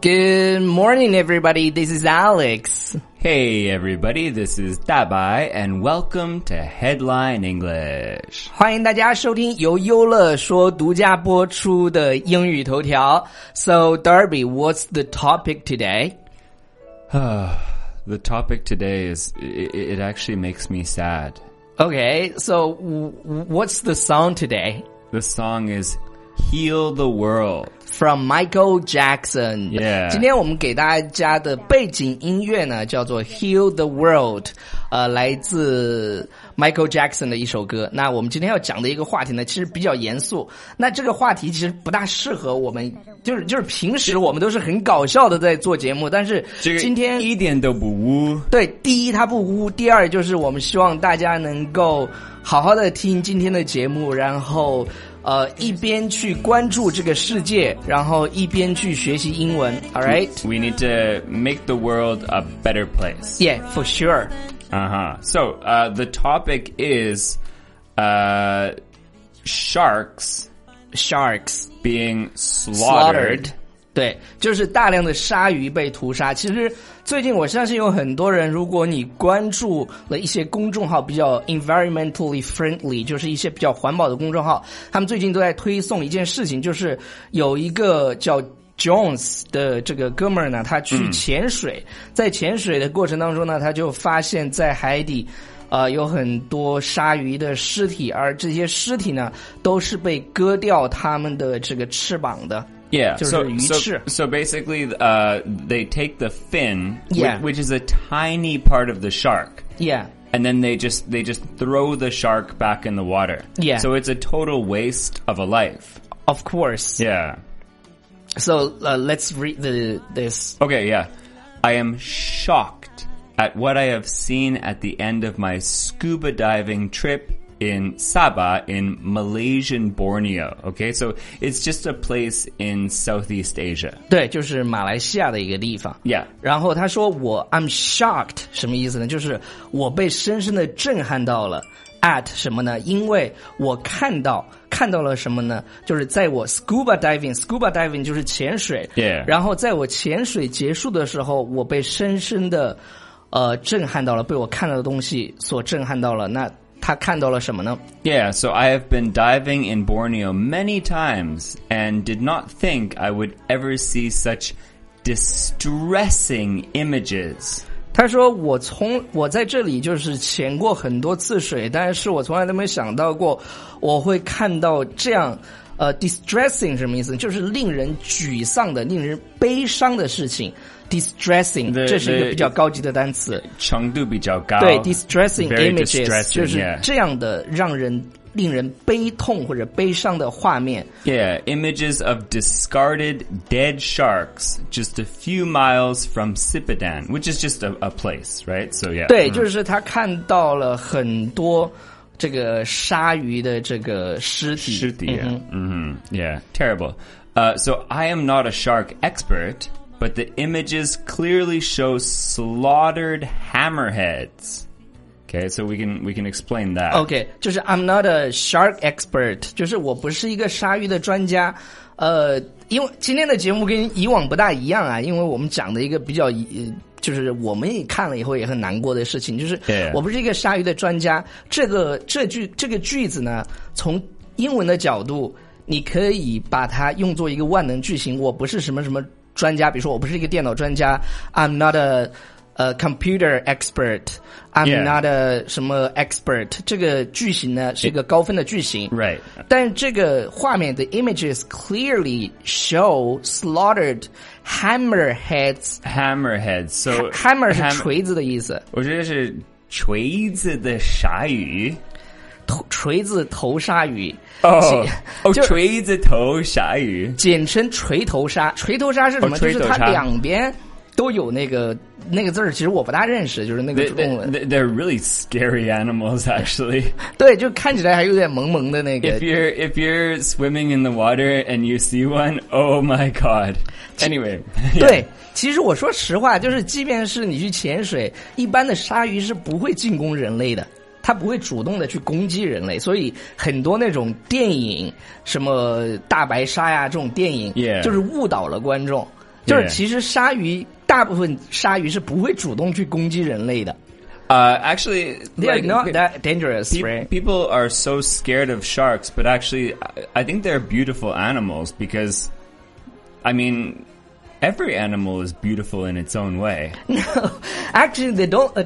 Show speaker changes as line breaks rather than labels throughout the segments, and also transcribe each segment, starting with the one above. Good morning, everybody. This is Alex.
Hey everybody, this is Dabai and welcome to Headline English.
欢迎大家收听由优乐说独家播出的英语头条。So, Darby, what's the topic today?
the topic today is it, it actually makes me sad.
Okay, so w- what's the song today?
The song is Heal the World.
From Michael Jackson。
Yeah
今天我们给大家的背景音乐呢，叫做《Heal the World》，呃，来自 Michael Jackson 的一首歌。那我们今天要讲的一个话题呢，其实比较严肃。那这个话题其实不大适合我们，就是就是平时我们都是很搞笑的在做节目，但是今天
这个一点都不污。
对，第一它不污，第二就是我们希望大家能够呃好好的听今天的节目，然后呃一边去关注这个世界，然后一边去学习英文。All right,
We need to make the world a better place.
yeah, for sure.
Uh huh. So uh, the topic is uh, sharks
Sharks
being slaughtered.
slaughtered. 对，就是大量的鲨鱼被屠杀。其实最近我相信有很多人，如果你关注了一些公众号比较 environmentally friendly，就是一些比较环保的公众号，他们最近都在推送一件事情，就是有一个叫。Jones 的这个哥们儿呢，他去潜水，在潜水的过程当中呢，他就发现，在海底，呃，有很多鲨鱼的尸体，而这些尸体呢，都是被割掉它们的这个翅膀的。
Yeah.
就是
So,
鱼
so,
翅。
so basically, uh, they take the fin, whi-
Yeah.
which, is a tiny part of the shark,
Yeah.
and then they just they just throw the shark back in the water.
Yeah.
So it's a total waste of a life.
Of course.
Yeah.
So uh, let's read the this.
Okay. Yeah. I am shocked at what I have seen at the end of my scuba diving trip in Sabah in Malaysian Borneo. Okay. So it's just a place in Southeast Asia.
对，就是马来西亚的一个地方。
Yeah.
然后他说我 I'm shocked 什么意思呢？就是我被深深的震撼到了。at 什么呢？因为我看到看到了什么呢？就是在我 scuba diving，scuba diving 就是潜水。
Yeah
然后在我潜水结束的时候，我被深深的呃震撼到了，被我看到的东西所震撼到了。那他看到了什么呢？
Yeah, so I have been diving in Borneo many times and did not think I would ever see such distressing images.
他说：“我从我在这里就是潜过很多次水，但是我从来都没想到过我会看到这样，呃，distressing 什么意思？就是令人沮丧的、令人悲伤的事情。distressing
The-
这是一个
the-
比较高级的单词，
Chengdu 比较高,
对，distressing
very
images 就
distressing,
是
yeah.
这样的让人令人悲痛或者悲伤的画面。
Yeah, images of discarded dead sharks just a few miles from Sipadan, which is just a, a place, right? So yeah.
对，就是他看到了很多这个鲨鱼的这个尸体。
尸体啊，mhm, Yeah, terrible. Uh, so I am not a shark expert, but the images clearly show slaughtered hammerheads. Okay, so we can we can explain that.
OK，就是 I'm not a shark expert，就是我不是一个鲨鱼的专家。呃，因为今天的节目跟以往不大一样啊，因为我们讲的一个比较呃就是我们也看了以后也很难过的事情，就是
Yeah.
我不是一个鲨鱼的专家。这个这句这个句子呢，从英文的角度，你可以把它用作一个万能句型。我不是什么什么专家，比如说我不是一个电脑专家，I'm not a 呃 computer expert，I'm
Yeah.
not a 什么 expert。这个句型呢是一个高分的句型。
Right.
但这个画面的 images clearly show slaughtered hammerheads。
Hammerheads. So
hammer 是
ham-
锤子的意思，
我觉得是锤子的鲨鱼。
头锤子头鲨鱼。Oh.
哦 哦，
就
锤子头鲨鱼。
简称锤头鲨。锤头鲨是什么？
哦
就
锤
是
头
它
鲨
两边都有那个那个字儿，其实我不大认识，就是那个
They,
中文。
they, they're really scary animals, actually.
对，就看起来还有点萌萌的那个
If。you're if you're swimming in the water and you see one, oh my god. Anyway, yeah.
对，其实我说实话，就是即便是你去潜水，一般的鲨鱼是不会进攻人类的。它不会主动的去攻击人类，所以很多那种电影，什么大白鲨呀、这种电影
Yeah
就是误导了观众。就是
对
其实鲨鱼大部分鲨鱼是不会主动去攻击人类的
Uh, actually,
，They are
like,
not
pe-
that dangerous,
pe-
right?
people are so scared of sharks, but actually, I- I think they're beautiful animals because, I mean, every animal is beautiful in its own way.
Actually, they don't. Uh,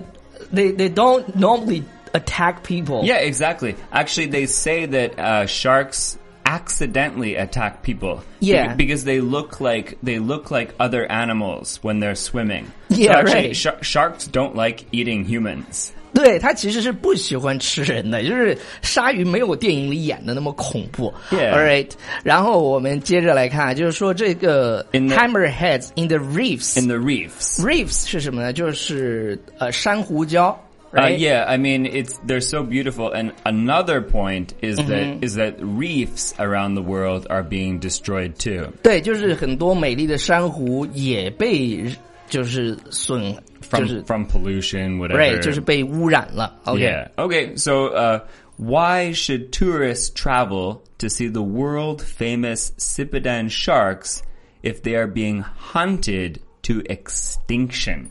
they they don't normally attack people.
Yeah, exactly. Actually, they say that uh, sharks accidentally attack people.
Yeah.
Be- because they look like they look like other animals when they're swimming.
Yeah,
actually,
right.
shar- sharks don't like eating humans.
对，它其实是不喜欢吃人的， 就是鲨鱼没有电影里演的那么恐怖。
Yeah.
All right，然后我们接着来看啊，就是说这个
In the-
hammerheads in the reefs
In the reefs.
reefs 是什么呢？就是呃珊瑚礁。
Uh,
Right?
yeah, I mean it's they're so beautiful. And another point is
Mm-hmm.
that is that reefs around the world are being destroyed too.
对，就是很多美丽的珊瑚也被就是损，就
From
是
from pollution, whatever.
right，就是被污染了。OK，、
Yeah. Okay. So, uh, why should tourists travel to see the world famous Sipidan sharks if they are being hunted to extinction?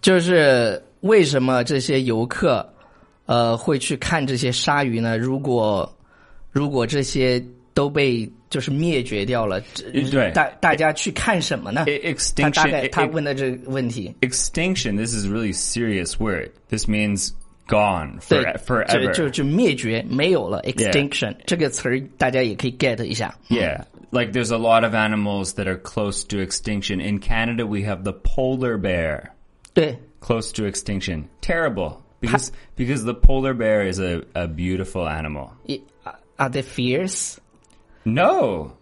就是为什么这些游客呃会去看这些鲨鱼呢？如果如果这些都被就是灭绝掉了，这
对
大大家去看什么呢
E-？
他大
Extinction.
概
e-
他
e-
问的这个问题，
extinction. This is a really serious word. This means gone
对
for,，
就
forever.
就就灭绝没有了，extinction 这个词儿大家也可以 get 一下。
Yeah. Like there's a lot of animals that are close to extinction. In Canada, we have the polar bear.
对，
Close to extinction. Terrible. Because, because the polar bear is a, a beautiful animal.
一 are they fierce?
No.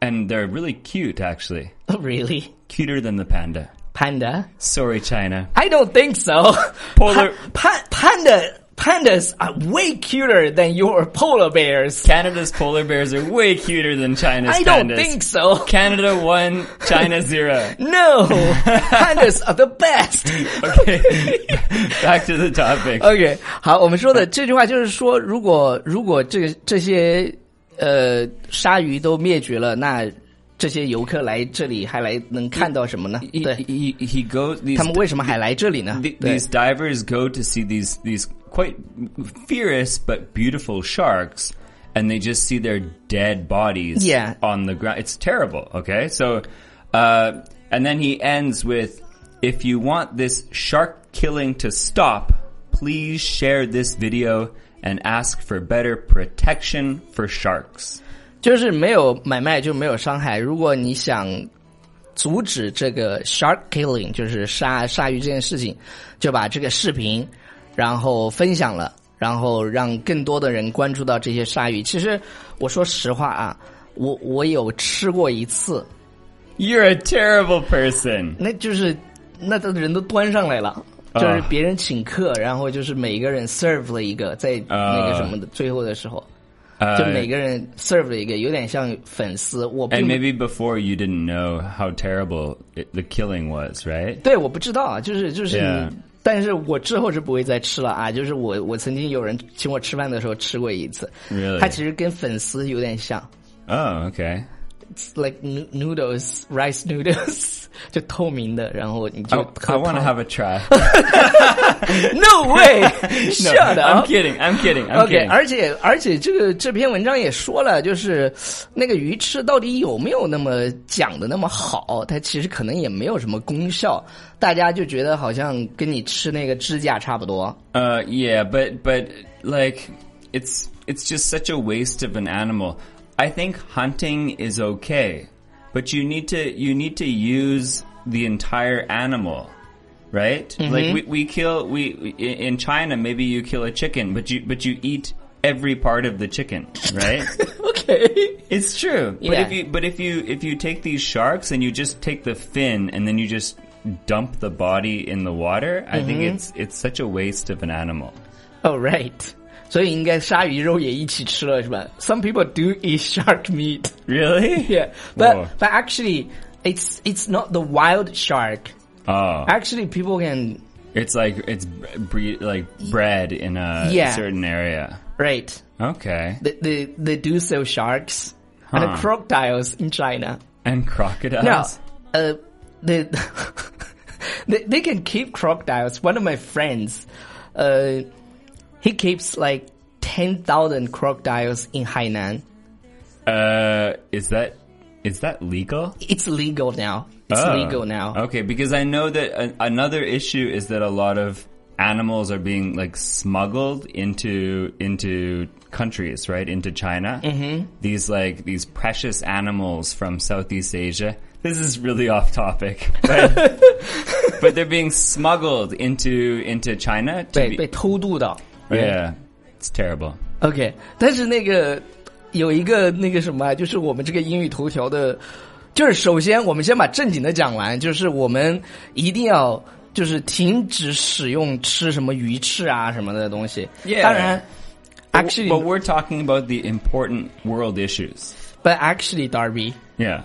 And they're really cute, actually.
Really?
Cuter than the panda.
Panda?
Sorry, China.
I don't think so.
Polar-
Pa- pa- panda pandas are way cuter than your polar bears.
Canada's polar bears are way cuter than China's
I
pandas.
don't think so.
Canada one, China zero.
No, pandas are the best.
Okay. Back to the topic.
OK，好，我们说的这句话就是说，如果如果这个这些呃鲨鱼都灭绝了，那这些游客来这里还来能看到什么呢？
He,
对，
he, he goes. These
他们为什么还来这里呢
Th？
对。
these divers go to see these these quite fierce but beautiful sharks and they just see their dead bodies
Yeah.
on the ground it's terrible okay so uh, and then he ends with if you want this shark killing to stop please share this video and ask for better protection for sharks
就是没有买卖就没有伤害。如果你想阻止这个 shark killing，就是杀鲨鱼这件事情，就把这个视频然后分享了，然后让更多的人关注到这些鲨鱼。其实我说实话啊，我我有吃过一次，
you're a terrible person
那就是那的人都端上来了。
啊
就是别人请客，然后就是每个人 serve 了一个，在
啊
那个什么的最后的时候，就
Uh,
每个人 serve 了一个，有点像粉丝。我并
and
没
哎 maybe before you didn't know how terrible it, the killing was right
对，我不知道啊，就是就是你
Yeah.
但是我之后是不会再吃了啊。就是我我曾经有人请我吃饭的时候吃过一次
Really？
它其实跟粉丝有点像
oh okay
It's，like noo- noodles rice noodles，就 透明的，然后你就
I,
喝
want to
汤
have a try.
No way，
No,
吓的
I'm
啊。
kidding. I'm kidding. I'm
OK，
kidding.
而且而且这个这篇文章也说了，就是那个鱼翅到底有没有那么讲的那么好？它其实可能也没有什么功效，大家就觉得好像跟你吃那个指甲差不多。
Uh, yeah, but but like, it's it's just such a waste of an animal. I think hunting is okay, but you need to you need to use the entire animal, right? Like we, we kill we we- i- in China maybe you kill a chicken, but you but you eat every part of the chicken, right?
OK。
It's true. But
Yeah.
if you but if you if you take these sharks and you just take the fin and then you just dump the body in the water, I think
Mm-hmm.
it's it's such a waste of an animal.
Oh right，所以应该鲨鱼肉也一起吃了是吧？Some people do eat shark meat.
Really?
Yeah, but
Whoa.
but actually, it's it's not the wild shark.
Oh,
Actually, people can
it's like it's bre- like bred in a
Yeah.
certain area.
right.
Okay.
They they they do sell sharks and
Huh.
crocodiles in China.
And
Now,
crocodiles.
uh, they, they they can keep crocodiles. One of my friends, uh, he keeps like ten thousand crocodiles in Hainan.
Uh, is that is that legal?
It's legal now. It's
Oh.
legal now.
Okay, because I know that a- another issue is that a lot of animals are being like smuggled into into countries, right? Into China. Mm-hmm. These like these precious animals from Southeast Asia. This is really off topic, but, but they're being smuggled into into China. To
被
be-
被偷渡到。哎
yeah, it's terrible.
OK，但是那个有一个那个什么啊，就是我们这个英语头条的，就是首先我们先把正经的讲完，就是我们一定要就是停止使用吃什么鱼翅啊什么的东西。
Yeah.
当然
But-
，actually，
but we're talking about the important world issues.
but actually，Darby。
Yeah.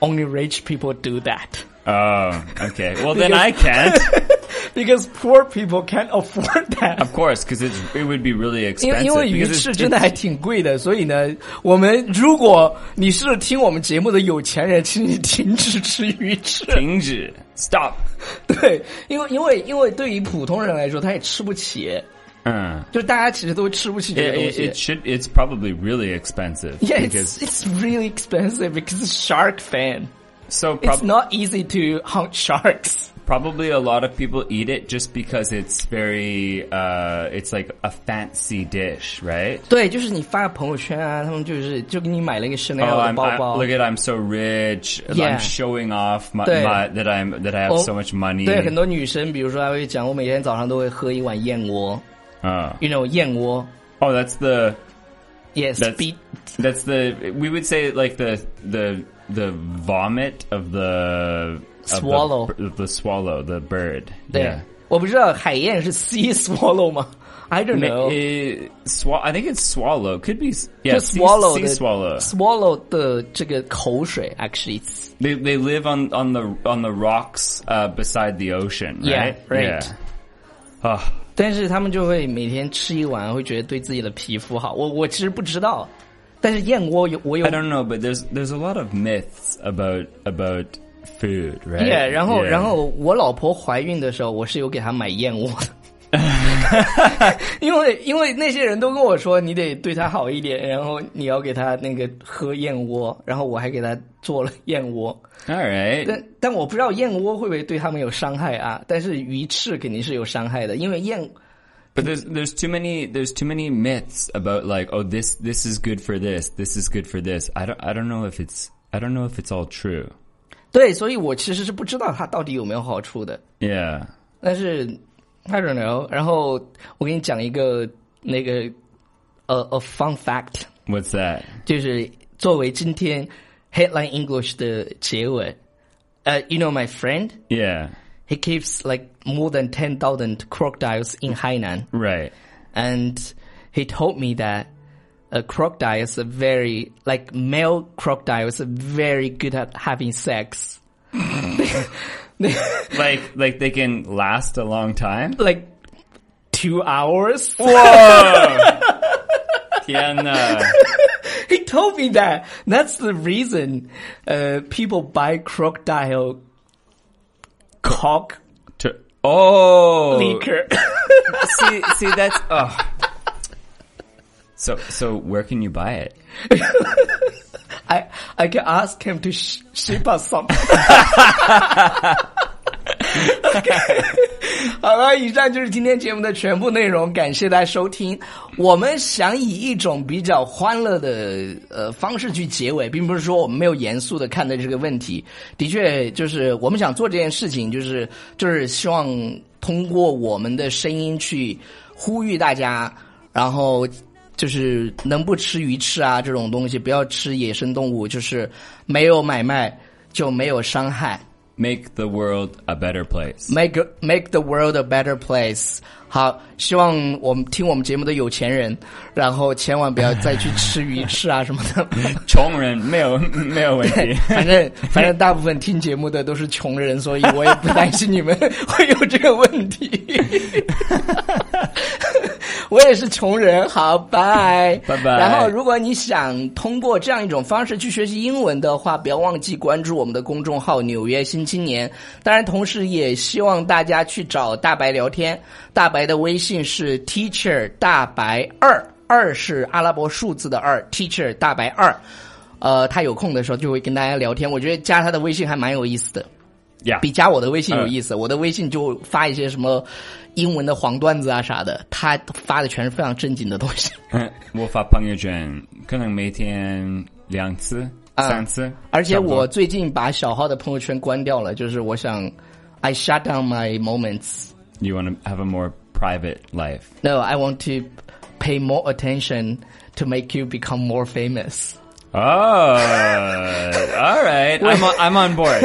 Only rich people do that
Oh, okay. Well, then I can't.
because poor people can't afford that.
Of course, because it would be really
因为
expensive.
因为鱼
because it's-
翅真的还挺贵的，所以呢，我们如果你是听我们节目的有钱人，请你停止吃鱼翅。
停止. Stop.
对，因为因为因为对于普通人来说，他也吃不起，
Uh,
就是大家其实都吃不起这
it,
个东
it,
西
it。should. It's probably really expensive.
Yeah, it's
because
it's really expensive because it's shark fin.
so
It's
prob-
not easy to hunt sharks.
probably a lot of people eat it just because it's very. Uh, it's like a fancy dish, right?
对，就是你发朋友圈啊，他们就是就给你买了一个
Oh,
Chanel 的
I'm,
包
I-
包
look。at I'm so rich.
Yeah. Oh,
I'm showing off my,
对。
my that I'm that I have
哦
so much money.
对，很多女生，比如说还会讲，我每天早上都会喝一碗燕窝
Uh,
，you know，燕窝
oh, that's the
，yes，
That's-
比
That's the we would say like the the the vomit of the of the
Swallow.
b- the, swallow the bird
对
yeah，
我不知道海燕是 sea swallow 吗？I don't
Ma-
know。
eh, swa- I think it's swallow could be s- yeah
就
sea-
swallow
sea,
的
swallow
swallow 的这个口水，actually it's-
they they live on on the on the rocks uh, beside the ocean
Yeah,
right
right.
Yeah. Ah,
但是他们就会每天吃一碗，会觉得对自己的皮肤好。我我其实不知道，但是燕窝有我有
I don't know but there's there's a lot of myths about about food right
耶。然后
Yeah.
然后我老婆怀孕的时候，我是有给她买燕窝的。 因为因为那些人都跟我说，你得对她好一点，然后你要给她那个喝燕窝，然后我还给她做了燕窝，
all right
但但我不知道燕窝会不会对他们有伤害啊？但是鱼翅肯定是有伤害的，因为燕
But there's there's too many there's too many myths about like oh this this is good for this this is good for this I don't I don't know if it's I don't know if it's all true
对，所以我其实是不知道它到底有没有好处的。
yeah
但是 I don't know。然后我给你讲一个那个呃呃 fun fact，
what's that
就是作为今天 headline English 的结尾。呃、y o u know my friend,
yeah
he keeps like more than ten thousand crocodiles in Hainan,
right
and he told me that. A crocodile is a very like male crocodile is very good at having sex.
like like they can last a long time
like two hours.
whoa Tiana.
He told me that. That's the reason uh, people buy crocodile cock
To- oh
liquor.
see see that's oh so so where can you buy it
I I can ask him to sh- ship us some. 好了，以上就是今天节目的全部内容，感谢大家收听。我们想以一种比较欢乐的呃方式去结尾，并不是说我们没有严肃的看待这个问题。的确，就是我们想做这件事情，就是就是希望通过我们的声音去呼吁大家，然后就是能不吃鱼翅啊这种东西，不要吃野生动物，就是没有买卖就没有伤害。
make the world a better place
make make the world a better place。好，希望我们听我们节目的有钱人，然后千万不要再去吃鱼翅啊什么的。
穷人没有没有问题。
反正反正大部分听节目的都是穷人，所以我也 不担心你们会有这个问题。 我也是穷人，好，拜
拜拜
然后，如果你想通过这样一种方式去学习英文的话，不要忘记关注我们的公众号《纽约新青年》。当然，同时也希望大家去找大白聊天。大白的微信是 Teacher 大白二，二是阿拉伯数字的二，Teacher 大白二。呃，他有空的时候就会跟大家聊天。我觉得加他的微信还蛮有意思的。
Yeah.
比加我的微信有意思。我的微信就发一些什么英文的黄段子啊啥的，他发的全是非常正经的东西。
我发朋友圈可能每天两次、
啊
三次，
而且
差不多
我最近把小号的朋友圈关掉了，就是我想，I shut down my moments.
you want to have a more private life.
No, I want to pay more attention to make you become more famous.
Oh, all right. I'm on, I'm on board.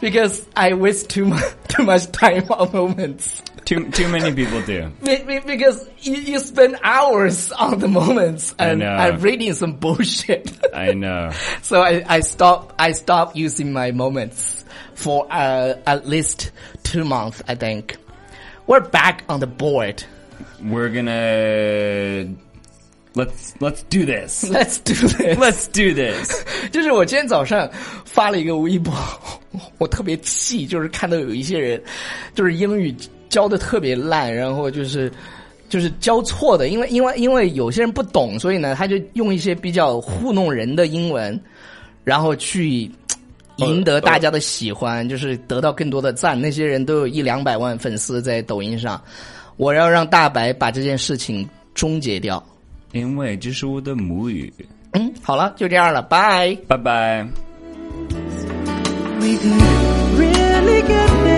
Because I waste too much too much time on moments.
Too too many people do.
Be- be- Because you, you spend hours on the moments and
know.
I'm reading some bullshit.
I know.
So I, I stop I stop using my moments for uh, at least two months. I think we're back on the board.
We're gonna let's let's do this.
Let's do this.
Let's do this.
就是我今天早上发了一个微博，我特别气，就是看到有一些人，就是英语教的特别烂，然后就是就是教错的，因为因为因为有些人不懂，所以呢，他就用一些比较糊弄人的英文，然后去。赢得大家的喜欢，就是得到更多的赞。那些人都有一两百万粉丝在抖音上，我要让大白把这件事情终结掉。
因为这是我的母语。拜拜。
嗯，好了，就这样了，拜。
We could really get there.